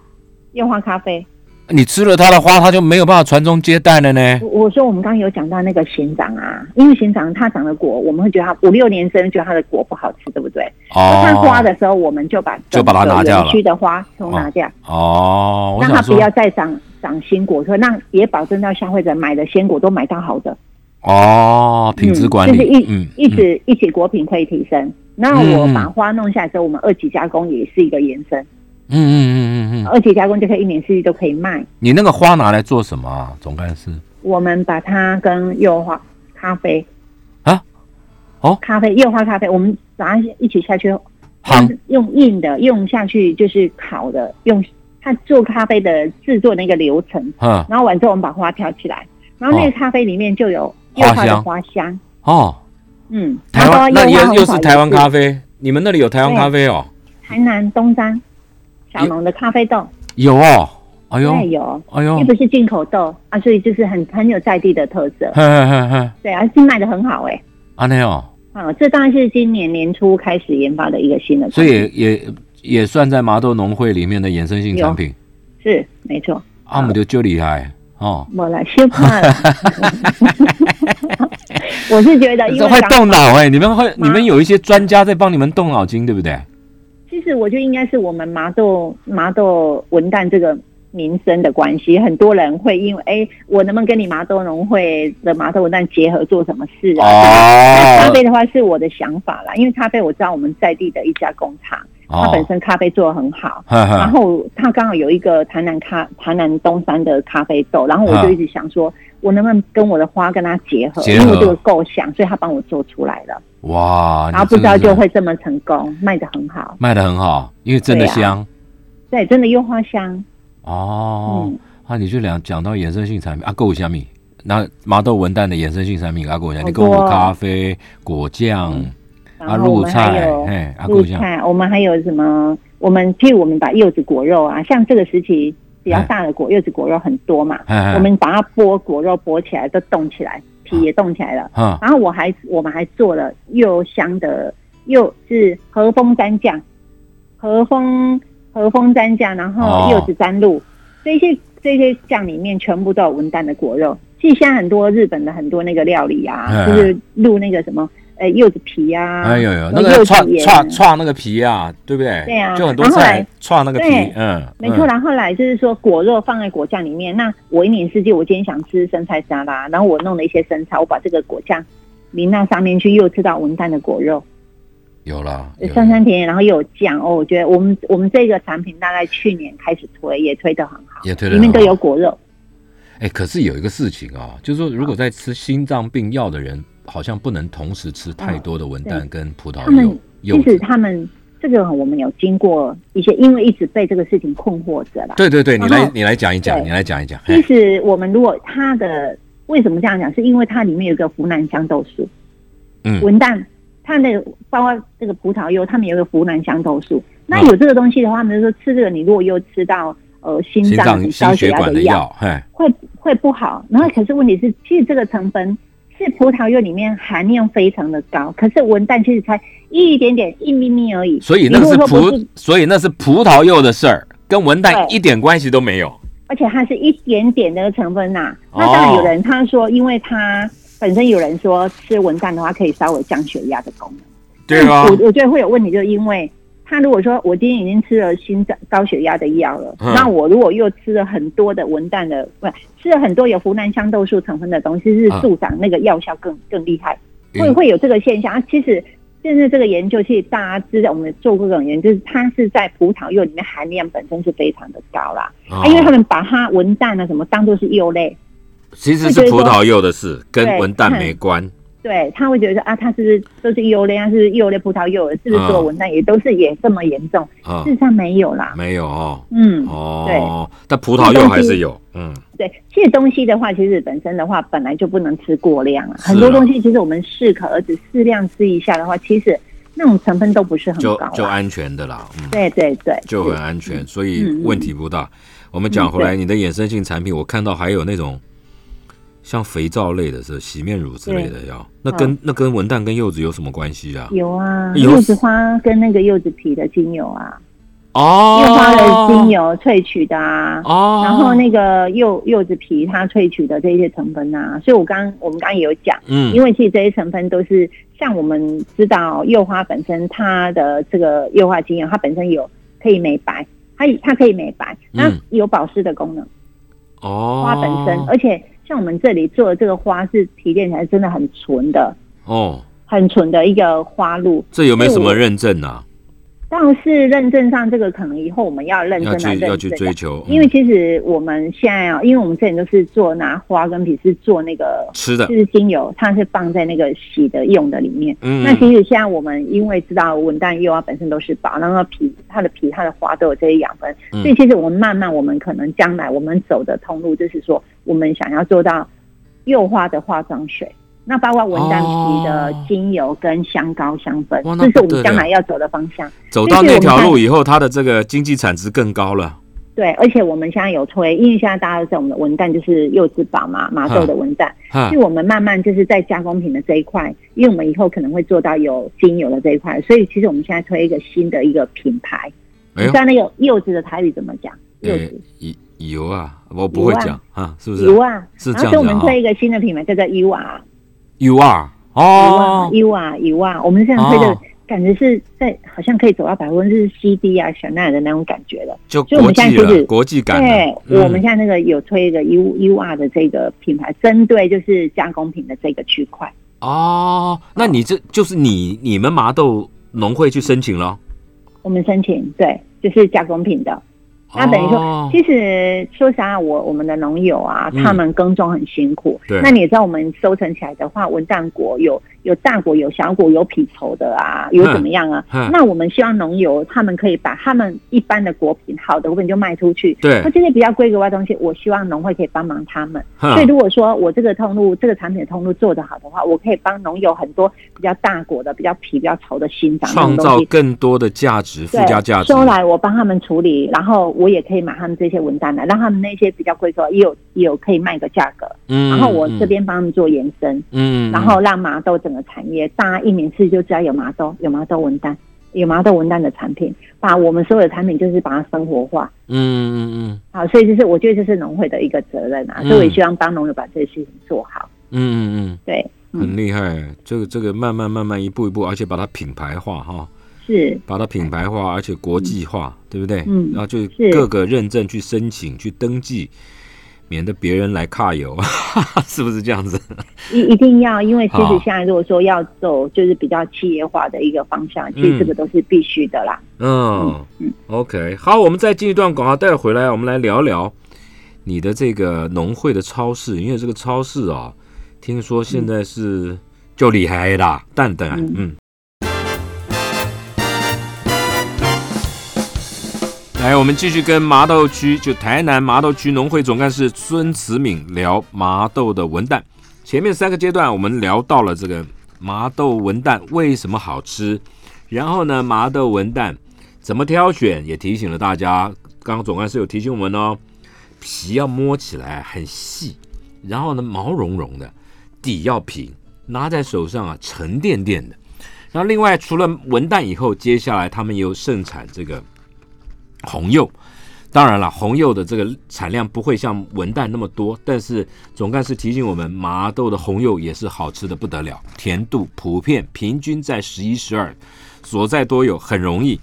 叶花咖啡。
你吃了它的花，它就没有办法传宗接代了呢。
我我说我们刚刚有讲到那个行长啊，因为行长它长的果，我们会觉得它五六年生，觉得它的果不好吃，对不对？那它花
哦
的时候，我们就把
就把它拿掉了
区的花都拿掉，
哦，我
让它
想
不
说
要再长长新果，说让也保证到消费者买的鲜果都买到好的，
哦，品质管理，
嗯、就是一、
嗯，
一直一起果品可以提升。那我
嗯
把花弄下来之后，我们二级加工也是一个延伸，
嗯嗯嗯嗯嗯嗯，
二级加工就可以一年四季都可以卖。
你那个花拿来做什么啊？总干事？
我们把它跟柚花咖啡
啊，哦
咖啡柚花咖啡，我们把它一起下去，
好
用硬的用下去就是烤的，用它做咖啡的制作那个流程，
嗯，
然后完之后我们把花挑起来，然后那个
哦
咖啡里面就有柚花的花香，
哦，
嗯，
台湾
然
那
后
也
柚花
又
很好
是台湾
也
咖啡，你们那里有台湾
对
咖啡哦？
台南东山小农的咖啡豆，
有哦，哎呦，
对，有，
哎呦
又，不是进口豆啊，所以就是很很有在地的特色，
嘿嘿嘿嘿，
对啊，是卖的很好哎、
安内哦，
啊，这当然是今年年初开始研发的一个新的产
所
品，
以也也也算在麻豆农会里面的衍生性产品，
是没错，
阿姆的就厉害哦，
我来先 怕了。 我是觉得，因
这
为嗯
会
刚
动脑哎，你们会你们有一些专家在帮你们动脑筋，对不 对？
其实我就应该是我们麻豆麻豆文旦这个民生的关系，很多人会因为哎，我能不能跟你麻豆农会的麻豆文旦结合做什么事
哦
啊？咖啡的话是我的想法啦，因为咖啡我知道我们在地的一家工厂，它本
哦，
身咖啡做的很好，
呵
然
呵，
后它刚好有一个台南咖台南东山的咖啡豆，然后我就
嗯
一直想说，我能不能跟我的花跟它结合，
结合
因为我这个构想，所以他帮我做出来了，
哇，
然后
你
不
真
知
的
道
是
就会这么成功，卖的很好，
卖的很好，因为真的
对啊
香
对，真的柚花香，
哦
嗯。
啊，你就讲讲到衍生性产品啊，够虾米？那麻豆文旦的衍生性产品啊，够虾米？
好
你
多
购
哦
物咖啡、果酱啊，
然后我
入
们还
菜，
有
嘿，啊，
入
够虾米？
菜，我们还有什么？我们譬如我们把柚子果肉啊，像这个时期比
嗯
较大的果柚子果肉很多嘛，
嘿嘿
我们把它剥果肉剥起来都冻起来，皮也冻起来了。
哈
然后我还我们还做了柚香的柚是和风蘸酱，和风和风蘸酱，然
哦
后柚子沾露，这些这些酱里面全部都有文旦的果肉。其实现在很多日本的很多那个料理啊，
嗯
就是露那个什么呃柚子皮啊，
哎呦呦，那
柚
个
子
串
盐
串串那个皮啊，对不对？
对啊
就很多
然后
菜
来
串那个皮
对，
嗯，
没错
嗯，
然后来就是说果肉放在果酱里面。那我一年四季，我今天想吃生菜沙拉，然后我弄了一些生菜，我把这个果酱淋到上面去，又吃到文旦的果肉，
有了，有了
酸酸甜甜，然后又有酱哦。我觉得我们我们这个产品大概去年开始推，也推得很好，
也推得
里
很
面都
好
有果肉。
哎，可是有一个事情啊，就是说，如果在吃心脏病药的人，好像不能同时吃太多的文旦
对
跟葡萄
他们
柚柚
即使
子。
他们这个我们有经过一些，因为一直被这个事情困惑着啦。
对对对，你
然
来
后
你来讲一讲，
对
你来讲一讲。
其
嘿
实我们如果它的为什么这样讲，是因为它里面有一个湖南香豆素，
嗯
文旦，它那个包括这个葡萄柚，它们有一个湖南香豆素。那
嗯
有这个东西的话，他们就说吃这个，你如果又吃到呃心
心
脏
脏
高
心
血
血
压
管
的
的
药，
药，嘿，
会会不好。然
嗯
后可是问题是，其实这个成分是葡萄柚里面含量非常的高，可是文旦其实才一点点一咪咪而已。
所以那
你
是
如果说不
葡，所以那是葡萄柚的事儿，跟文旦
对
一点关系都没有。
而且它是一点点的成分呐、
哦
那当然有人他说，因为它本身有人说吃文旦的话可以稍微降血压的功能。
对啊
但，我我觉得会有问题，就是因为他如果说我今天已经吃了心脏高血压的药了，
嗯
那我如果又吃了很多的文旦的，不吃了很多有湖南香豆素成分的东西，是
嗯
助长那个药效更更厉害，会
嗯
会有这个现象。啊其实现在这个研究，其实大家知道，我们做过这种研究，就是它是在葡萄柚里面含量本身是非常的高啦。
哦
啊，因为他们把它文旦啊什么当做是柚类，
其实
会
是
觉得
葡
说
萄柚的事，跟
对嗯
文旦
看
没关。
对，他会觉得说啊，它是不是都是柚类，它是不是柚类葡萄柚，是不是所有
嗯
文旦也都是也这么严重？
啊
事，实上没有啦，
没有哦。
嗯，
哦，但葡萄柚还是有，嗯，
对，这些东西的话，其实本身的话本来就不能吃过量啊，
是啊
很多东西其实我们适可而止，适量吃一下的话，其实那种成分都不是很
就
高啊、
就安全的啦，嗯，
对对对，
就啊很
是
安全，所以
嗯嗯嗯
问题不大。我们讲回来，你的衍生性产品，我看到还有那种像肥皂类的，是洗面乳之类的药，那跟那跟文旦跟柚子有什么关系啊？
嗯有啊，
有
柚子花跟那个柚子皮的精油啊，
哦，
柚花的精油萃取的啊，
哦，
然后那个柚柚子皮它萃取的这些成分啊，所以我刚我们刚刚也有讲，
嗯
因为其实这些成分都是像我们知道柚花本身它的这个柚花精油，它本身有可以美白，它它可以美白，那
嗯
有保湿的功能，
哦
花本身，而且像我们这里做的这个花是提炼起来真的很纯的，
哦，
很纯的一个花露，
这有没有什么认证啊？
倒是认证上这个可能以后我们要认真
要
来认
去
证
要去追求，
因为
嗯
其实我们现在啊，因为我们之前都是做拿花跟皮是做那个，
吃的
就，是精油，它是放在那个洗的用的里面。
嗯，
那其实现在我们因为知道文旦柚啊本身都是宝，然后皮它的皮它的花都有这些养分，
嗯
所以其实我们慢慢我们可能将来我们走的通路就是说，我们想要做到柚花的化妆水，那包括文旦皮的
哦
精油跟香膏香氛，
哇那
这是我
不得
们将
了
来要走的方向。
走
就
到
是
那
我们
条
看
路以后，它的这个经济产值更高了。
对，而且我们现在有推，因为现在大家都知道我们的文旦就是柚子宝嘛，麻豆的文旦，
哈
所以，我们慢慢就是在加工品的这一块，因为我们以后可能会做到有精油的这一块，所以其实我们现在推一个新的一个品牌，
哎
你
呦
知，道那个柚子的台语怎么讲？柚
呃
子，
以油啊，我不会
油啊
讲啊，是不是
油啊，
是
然
这样
后所以
讲
我们
啊
推一个新的品牌叫做 U 啊
？You are 哦，
，U 啊 U 啊，我们现在推的
哦
感觉是在好像可以走到百分之 CD 啊、香奈儿的那种感觉了。
就
所以我
国
们现
际
在就
了，
是
国际感了
对，
嗯
我们现在那个有推一个 U U R 的这个品牌，针对就是加工品的这个区块。
哦，那你这就是你你们麻豆农会去申请了？
我们申请对，就是加工品的。那等于说，
哦
其实说实话，我我们的农友啊，
嗯
他们耕种很辛苦。
对
那你也知道，我们收成起来的话，文旦果有有大果，有小果，有皮稠的啊，有怎么样啊？
嗯嗯
那我们希望农友他们可以把他们一般的果品好的果品就卖出去。
对
那这些比较规格化的东西，我希望农会可以帮忙他们。
哼
所以如果说我这个通路这个产品的通路做得好的话，我可以帮农友很多比较大果的、比较皮、比较稠的新长那
创
种
造
东西。
更多的价值，附
对，
加价值。
收来我帮他们处理，然后我也可以买他们这些文旦来，让他们那些比较贵的也有也有可以卖个价格，
嗯，
然后我这边帮他们做延伸，
嗯，嗯，
然后让麻豆整个产业大家一年四季就知道有麻豆，有麻豆文旦，有麻豆文旦的产品，把我们所有的产品就是把它生活化。
嗯嗯嗯
好，所以就是我觉得这是农会的一个责任啊，
嗯
所以我也希望帮农友把这些事情做好。
嗯嗯
对，
嗯，很厉害。这个这个慢慢慢慢一步一步，而且把它品牌化哈，
是
把它品牌化，而且国际化，对不对？
嗯
然后就是各个认证去申请去登记，免得别人来揩油， 是不是这样子？
一一定要，因为其
好
实现在如果说要走就是比较企业化的一个方向，其
嗯
实这个都是必须的啦。
嗯
嗯
o k 好，我们再进一段广告，待会儿回来我们来聊聊你的这个农会的超市，因为这个超市啊、听说现在是就厉害啦，蛋蛋，
嗯
嗯。来，我们继续跟麻豆区，就台南麻豆区农会总干事孙慈敏聊麻豆的文旦。前面三个阶段，我们聊到了这个麻豆文旦为什么好吃，然后呢，麻豆文旦怎么挑选，也提醒了大家。刚刚总干事有提醒我们哦，皮要摸起来很细，然后呢毛茸茸的，底要平，拿在手上啊沉甸甸的。然后另外除了文旦以后，接下来他们有盛产这个红柚。当然了，红柚的这个产量不会像文旦那么多，但是总干事提醒我们，麻豆的红柚也是好吃的不得了，甜度普遍平均在十一、十二，所在多有，很容易。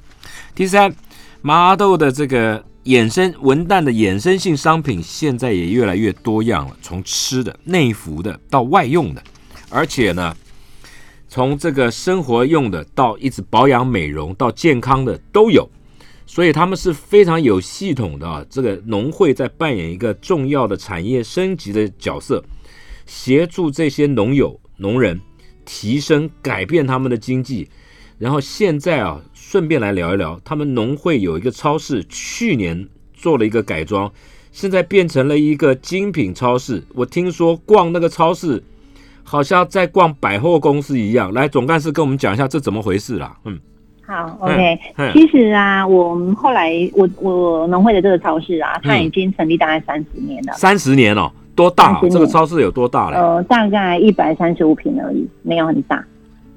第三，麻豆的这个衍生文旦的衍生性商品，现在也越来越多样了，从吃的、内服的到外用的，而且呢，从这个生活用的到一直保养美容到健康的都有。所以他们是非常有系统的啊，这个农会在扮演一个重要的产业升级的角色，协助这些农友、农人提升、改变他们的经济。然后现在啊，顺便来聊一聊，他们农会有一个超市，去年做了一个改装，现在变成了一个精品超市。我听说逛那个超市，好像在逛百货公司一样。来，总干事跟我们讲一下这怎么回事啦？嗯，
好
嗯
，OK
嗯。
其实啊，我们后来我我农会的这个超市啊，它
嗯
已经成立大概三十年了，
三十年哦，多大、
30年
这个超市有多大嘞？
呃，大概一百三十五平而已，没有很 大。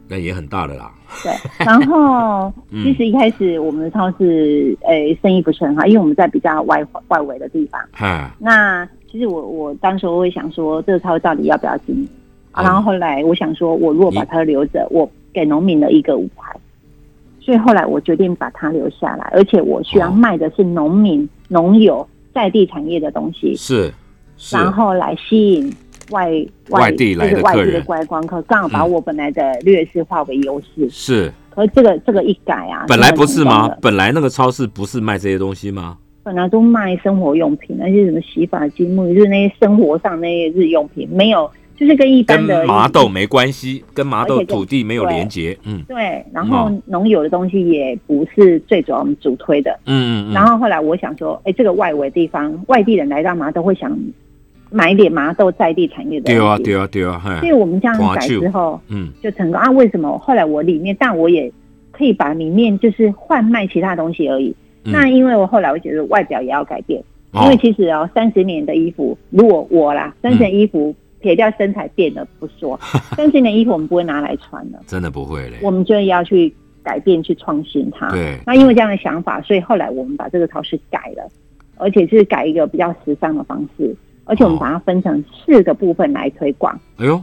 那也很大的啦。
对，然后
嗯
其实一开始我们的超市诶、生意不是很好，因为我们在比较外外围的地方。
哈，
那其实我我当时我会想说，这个超市到底要不要经营？啊
嗯
然后后来我想说，我如果把它留着，我给农民的一个舞台。所以后来我决定把它留下来，而且我需要
哦
卖的是农民、农友在地产业的东西，
是是，
然后来吸引外
外地来的
就是外
客
地
人
的观光客，刚好把
嗯
我本来的劣势化为优势。
是
而这个这个一改啊，
本来不是吗
真的成功了？
本来那个超市不是卖这些东西吗？
本来都卖生活用品，那些什么洗发精、沐浴就是那些生活上那些日用品，没有，就是跟一
跟
般的
麻豆没关系，跟麻豆
而且跟
土地没有
对
连结。嗯
对，然后
嗯
农友的东西也不是最主要我们主推的。
嗯嗯
然
嗯，
后后来我想说，哎，这个外围地方，外地人来到麻豆会想买点麻豆在地产业的
对啊
东西。
对啊对啊，
所
嘿
以，我们这样
花
改
酒
之后
嗯
就成功啊？为什么？后来我里面，但我也可以把里面就是换卖其他东西而已。
嗯
那因为我后来我觉得外表也要改变，因
哦
为其实哦，三十年的衣服，如果我啦，三十年
嗯
衣服撇掉身材变了不 说，三十年衣服我们不会拿来穿的，
真的不会嘞
我。们就要去改变、去创新它。
对
那因为这样的想法，所以后来我们把这个超市改了，而且是改一个比较时尚的方式，而且我们
哦
把它分成四个部分来推广。
哎呦，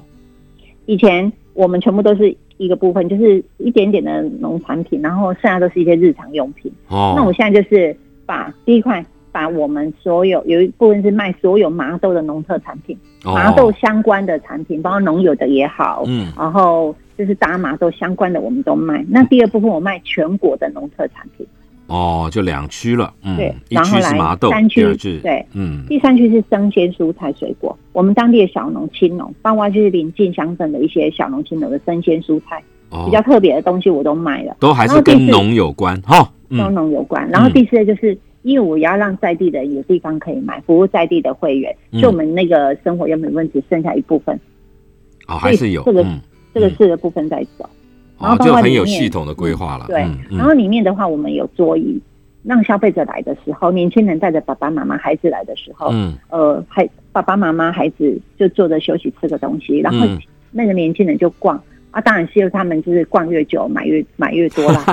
以前我们全部都是一个部分，就是一点点的农产品，然后剩下都是一些日常用品。
哦，
那我现在就是把第一块，把我们所有有一部分是卖所有麻豆的农特产品，
哦
麻豆相关的产品，包括农友的也好，
嗯
然后就是打麻豆相关的我们都卖。那第二部分我卖全国的农特产品，
哦，就两区了，嗯
对，
一
然后
区是
来
麻豆，
三区
第二区
对，
嗯
第三区是生鲜蔬菜水果，我们当地的小农、青农，包括就是临近乡镇的一些小农、青农的生鲜蔬菜，
哦
比，较特别的东西我都卖了，
都还是
然后第
跟
四哦
农有关哈，
跟
嗯
农有关。然后第四个就是。因为我要让在地的人有地方可以买，服务在地的会员，
嗯
所以我们那个生活用品问题剩下一部分，
哦还是有
这个
嗯，
这个四个部分在走。然
哦
后包
就
括
很
里
有
面
系统的规划了，
对
嗯，
然
嗯
后里面的话，我们有桌椅，让消费者来的时候，年轻人带着爸爸妈妈、孩子来的时候，
嗯
呃，孩爸爸妈妈、孩子就坐着休息吃个东西，然后
嗯
那个年轻人就逛。啊，当然是他们就是逛越久买越买越多 啦，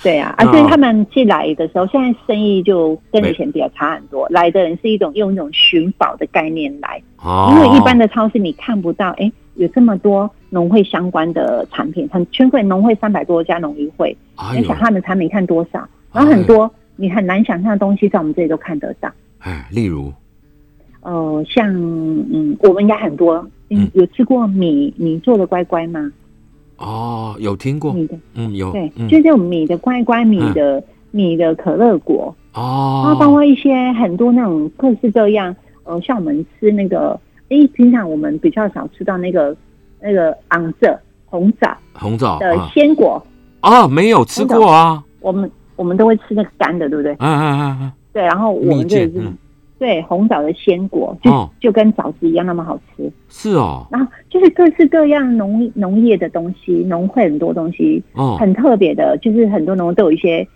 对啊，啊，所
哦
以他们进来的时候，现在生意就跟以前比较差很多。来的人是一种用一种寻宝的概念来，
哦，
因为一般的超市你看不到，哎、有这么多农会相关的产品，很全国农会三百多家农渔会，
哎
你
呦
想，他们产品看多少，然后很多你很难想象的东西，在我们这里都看得到。
哎，例如
呃，像嗯，我们应该很多，嗯
嗯，
有吃过米米做的乖乖吗？
哦，有听过，
米的
嗯，有，
对，
嗯
就是这种米的乖乖，米的米的可乐果，然后包
哦，
括一些很多那种各式各样，呃，像我们吃那个，哎、平常我们比较少吃到那个那个昂蔗红枣
红枣
的
啊，
鲜果，
啊，没有吃过啊，
我们我们都会吃那个干的，对不对？
嗯嗯嗯嗯，
对，然后我
蜜
们这
饯
里，是、
嗯，
对红枣的鲜果，就、
哦
就跟枣子一样那么好吃。
是哦，
然后就是各式各样农农业的东西，农会很多东西，
哦，
很特别的，就是很多农都有一些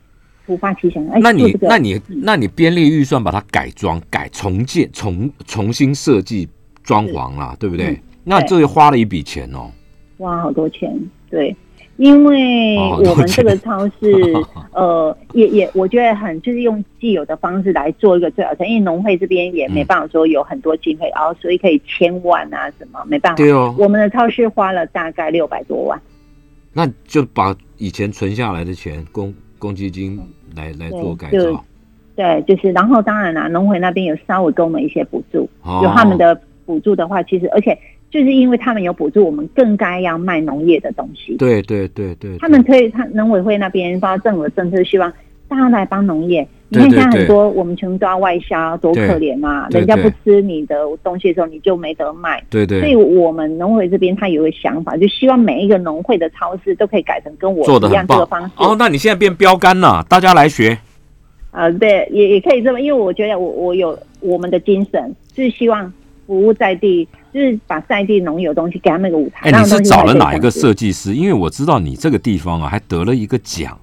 突发奇想，哎，
那
做
你
这个
那你那你编列预算把它改装、改重建、重重新设计装潢啦，对不对
嗯？
那这个花了一笔钱哦，
花好多钱，对，因为
花好多
我们这
钱
个超
哦
市， 呃，也也我觉得很就是用既有的方式来做一个最好成，因为农会这边也没办法说有很多经费，然后、所以可以千万啊什么没办法。
对哦，
我们的超市花了大概六百多万，
那就把以前存下来的钱公公积金来来做改
就
造，
对，就是然后当然啦、农会那边有稍微给我们一些补助，
哦
有他们的补助的话，其实而且就是因为他们有补助，我们更该要卖农业的东西。
对对对对，对
他们推他农委会那边，包括政府的政策，希望大家来帮农业。你
对
看
对
现在
对
很多我们全部都要外销，多
对
可怜啊！
对
人家
对
不吃你的东西的时候，你就没得卖。
对
所以
对
我们农会这边他有个想法，就希望每一个农会的超市都可以改成跟我
做的
一样
很
这个
棒
方式。
哦，那你现在变标杆了，大家来学，
呃，对，也也可以这么，因为我觉得我我有我们的精神，就是希望服务在地，就是把在地农有东西给他们一个舞台。
哎，你
让
是
东西
找
卖
了
给
哪一
他
个
们
设计师？因为我知道你这个地方啊，还得了一个奖，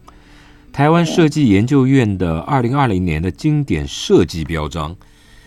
台湾设计研究院的二零二零年的经典设计标章。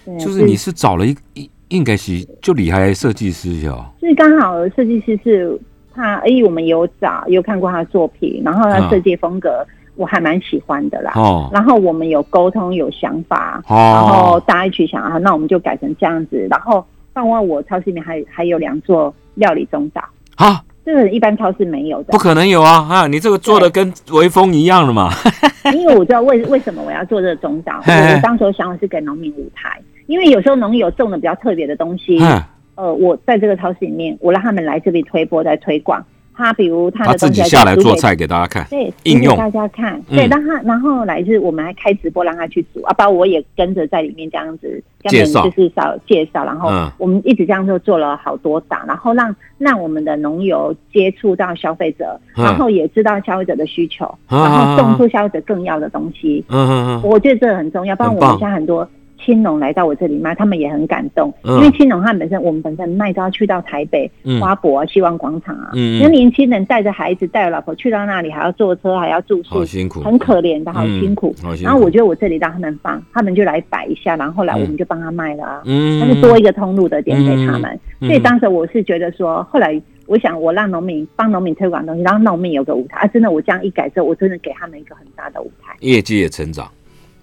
对
就是你是找了一一应该是就厉害的设计师哟。
就是刚好设计师是他，因为我们有找有看过他的作品，然后他设计风格我还蛮喜欢的啦。
啊哦
然后我们有沟通有想法，啊然后
哦
大家一起想啊，那我们就改成这样子。然后包括我超市里面还还有两座料理中岛，
啊，
这个一般超市没有的
不。可能有啊啊！你这个做的跟微风一样了嘛？
因为我知道为为什么我要做这个中岛，
嘿嘿
我当时想法是给农民舞台，因为有时候农友种的比较特别的东西，
嗯
呃，我在这个超市里面，我让他们来这边推播再推广。他比如他
他
的
自
东西
己
还
下来
煮给
做菜给大家看，
对，
应用
给大家看。对，
嗯
让他，然后来是我们还开直播让他去煮，啊，包括我也跟着在里面这样子，跟
介绍
就是少介绍，然后
嗯
我们一直这样就做了好多档，然后让让我们的农友接触到消费者，
嗯
然后也知道消费者的需求，
啊
然后种出消费者更要的东西。
嗯嗯嗯，
我觉得这个很重要，不然
很
我
棒
们现在很多。青农来到我这里卖，他们也很感动，
嗯
因为青农他们本身，我们本身卖都要去到台北、
嗯
花博、希望广场啊，
嗯嗯
那年轻人带着孩子、带着老婆去到那里，还要坐车，还要住宿，
好辛苦，
很可怜的，好
嗯
辛苦。
好辛苦
然后我觉得我这里让他们放，他们就来摆一下，然后后来
嗯
我们就帮他卖了啊，
嗯，
那、
嗯
就多一个通路的点给他们。
嗯
所以当时我是觉得说，后来我想我让农民帮农民推广东西，让农民有个舞台啊，真的我这样一改之后，我真的给他们一个很大的舞台，
业绩也成长，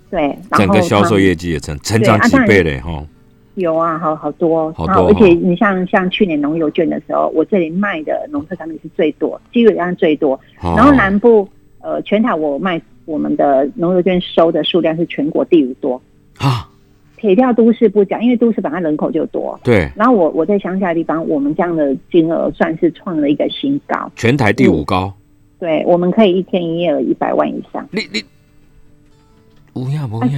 对，然后
整个销
他
售
们
业绩也成成
对
长
啊
几
当然
倍嘞哈，
有啊，好好多，
好多
然
哦
后而且你像像去年农友券的时候，我这里卖的农特产品是最多，基本上最多，
哦
然后南部呃全台我卖我们的农油券收的数量是全国第五多，
啊，
撇掉都市不讲，因为都市本来人口就多。
对，
然后我我在乡下的地方，我们这样的金额算是创了一个新高。
全台第五高，
嗯对，我们可以一天营业额一百万以上。
你你，不要不要，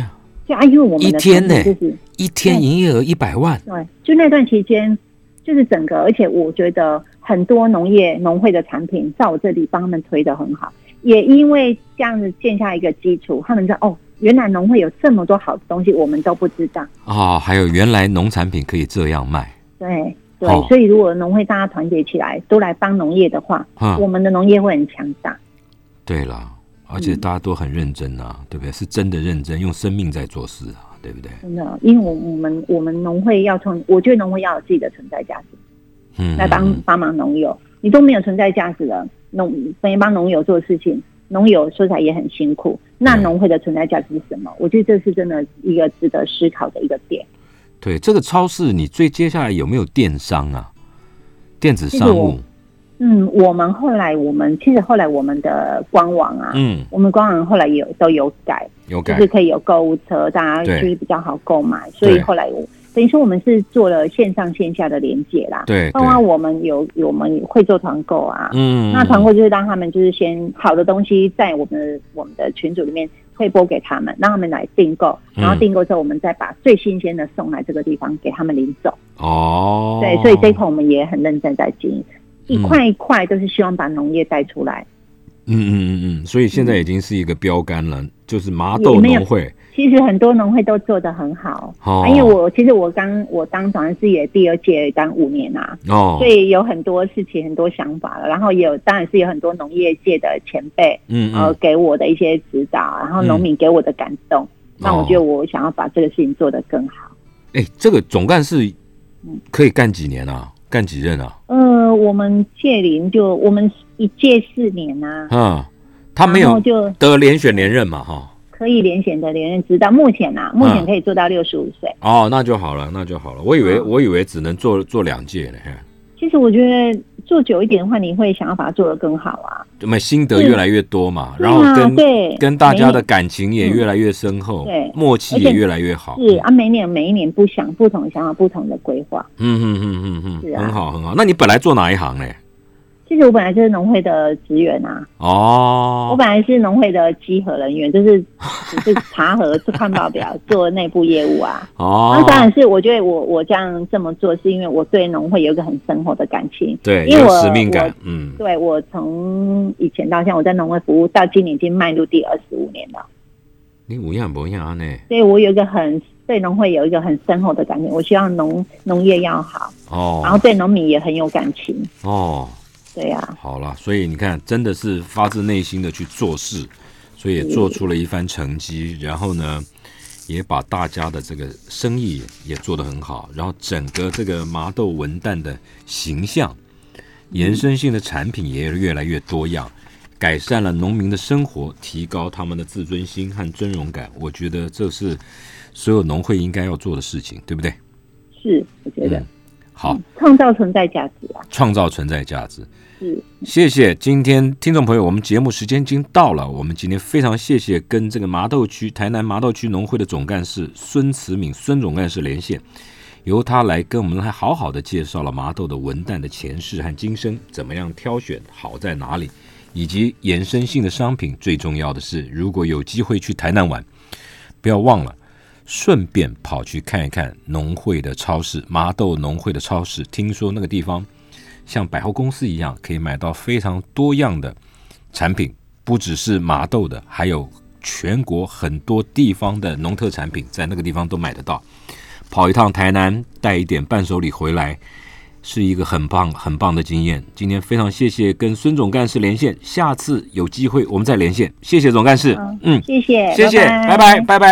就啊，因为我们
一
的
天
产品
呢
就是
一天营业额一百万，
对，就那段期间，就是整个，而且我觉得很多农业农会的产品，在我这里帮他们推的很好，也因为这样子建下一个基础，他们知道哦，原来农会有这么多好的东西，我们都不知道。
哦，还有原来农产品可以这样卖，
对对，
哦
所以如果农会大家团结起来，都来帮农业的话，
哈
我，们的农业会很强大。
对了，而且
嗯
大家都很认真啊，对不对？是真的认真，用生命在做事啊，对不对？
真的，因为我我们我们农会要从，我觉得农会要有自己的存在价值，
嗯，
来帮帮忙农友。你都没有存在价值了，农没帮农友做事情，农友说起来也很辛苦。那
嗯
农会的存在价值是什么？我觉得这是真的一个值得思考的一个点。
对这个超市，你最接下来有没有电商啊？电子商务，
嗯，我们后来我们其实后来我们的官网啊，
嗯，
我们官网后来也有都有改，
有
就
改
是可以有购物车，大家
对
就是比较好购买。所以
对
后来我等于说我们是做了线上线下的连接啦，
对
包括我们有有我们会做团购啊，
嗯，
那团购就是让他们就是先好的东西在我们的我们的群组里面推播给他们，让他们来订购，然后
嗯
订购之后我们再把最新鲜的送来这个地方给他们领走。
哦，
对，所以这一块我们也很认真在经营。一块一块都是希望把农业带出来，
嗯嗯嗯嗯，所以现在已经是一个标杆了，就是麻
嗯也
豆
没有
农会
其实很多农会都做得很好。
哦
啊因为我其实我刚我当早安师也第二届当五年啊，
哦
所，以有很多事情很多想法了，然后也有当然是有很多农业界的前辈，
嗯
呃
嗯，
给我的一些指导，然后农民给我的感动，
嗯
那我觉得我想要把这个事情做得更好。
哎，这个总干事
嗯
可以干几年啊？干几任啊？
呃，我们届龄就我们一届四年啊，
嗯，他没
然后
有
就
得连选连任嘛，哈。
可以连选的连任指导，目前
嗯
啊，目前可以做到六十五岁。
哦，那就好了，那就好了。我以为、
嗯
我以为只能做做两届呢，嘿
其实我觉得做久一点的话，你会想要把它做得更好啊。
那么心得越来越多嘛，
对
然后跟
啊对
跟大家的感情也越来越深厚，
嗯对
默契也越来越好。
是啊，每年每一年不想不同的想法，不同的规划。
嗯嗯嗯嗯
是
嗯，
啊
很好很好。那你本来做哪一行呢？
其实我本来就是农会的职员啊，我
哦，
本来是农会的稽核人员，就是 就是查核、做看报表、做内部业务啊。那
哦，
当然是，我觉得我我这样这么做，是因为我对农会有一个很深厚的感情。
对，
因为
有
我
使命感
我，
嗯，
对我从以前到现在，我在农会服务到今年已经迈入第二十五年了，
你五样不一样呢？
所以我有一个很对农会有一个很深厚的感情。我希望农农业要好，然后
哦
对农民也很有感情。
哦，
对啊，
好了，所以你看，真的是发自内心的去做事，所以也做出了一番成绩。然后呢，也把大家的这个生意也做得很好，然后整个这个麻豆文旦的形象、延伸性的产品也越来越多样，改善了农民的生活，提高他们的自尊心和尊荣感。我觉得这是所有农会应该要做的事情，对不对？
是，我觉得
嗯好，
创造存在价值啊，
创造存在价值。
是。
谢谢今天听众朋友，我们节目时间已经到了。我们今天非常谢谢跟这个麻豆区台南麻豆区农会的总干事孙慈敏孙总干事连线，由他来跟我们来好好的介绍了麻豆的文旦的前世和今生，怎么样挑选好在哪里，以及延伸性的商品。最重要的是，如果有机会去台南玩，不要忘了。顺便跑去看一看农会的超市，麻豆农会的超市。听说那个地方像百货公司一样，可以买到非常多样的产品，不只是麻豆的，还有全国很多地方的农特产品，在那个地方都买得到。跑一趟台南，带一点伴手礼回来，是一个很棒很棒的经验。今天非常谢谢跟孙总干事连线，下次有机会我们再连线。谢谢总干事，嗯，
谢谢，
谢谢，拜拜，拜拜。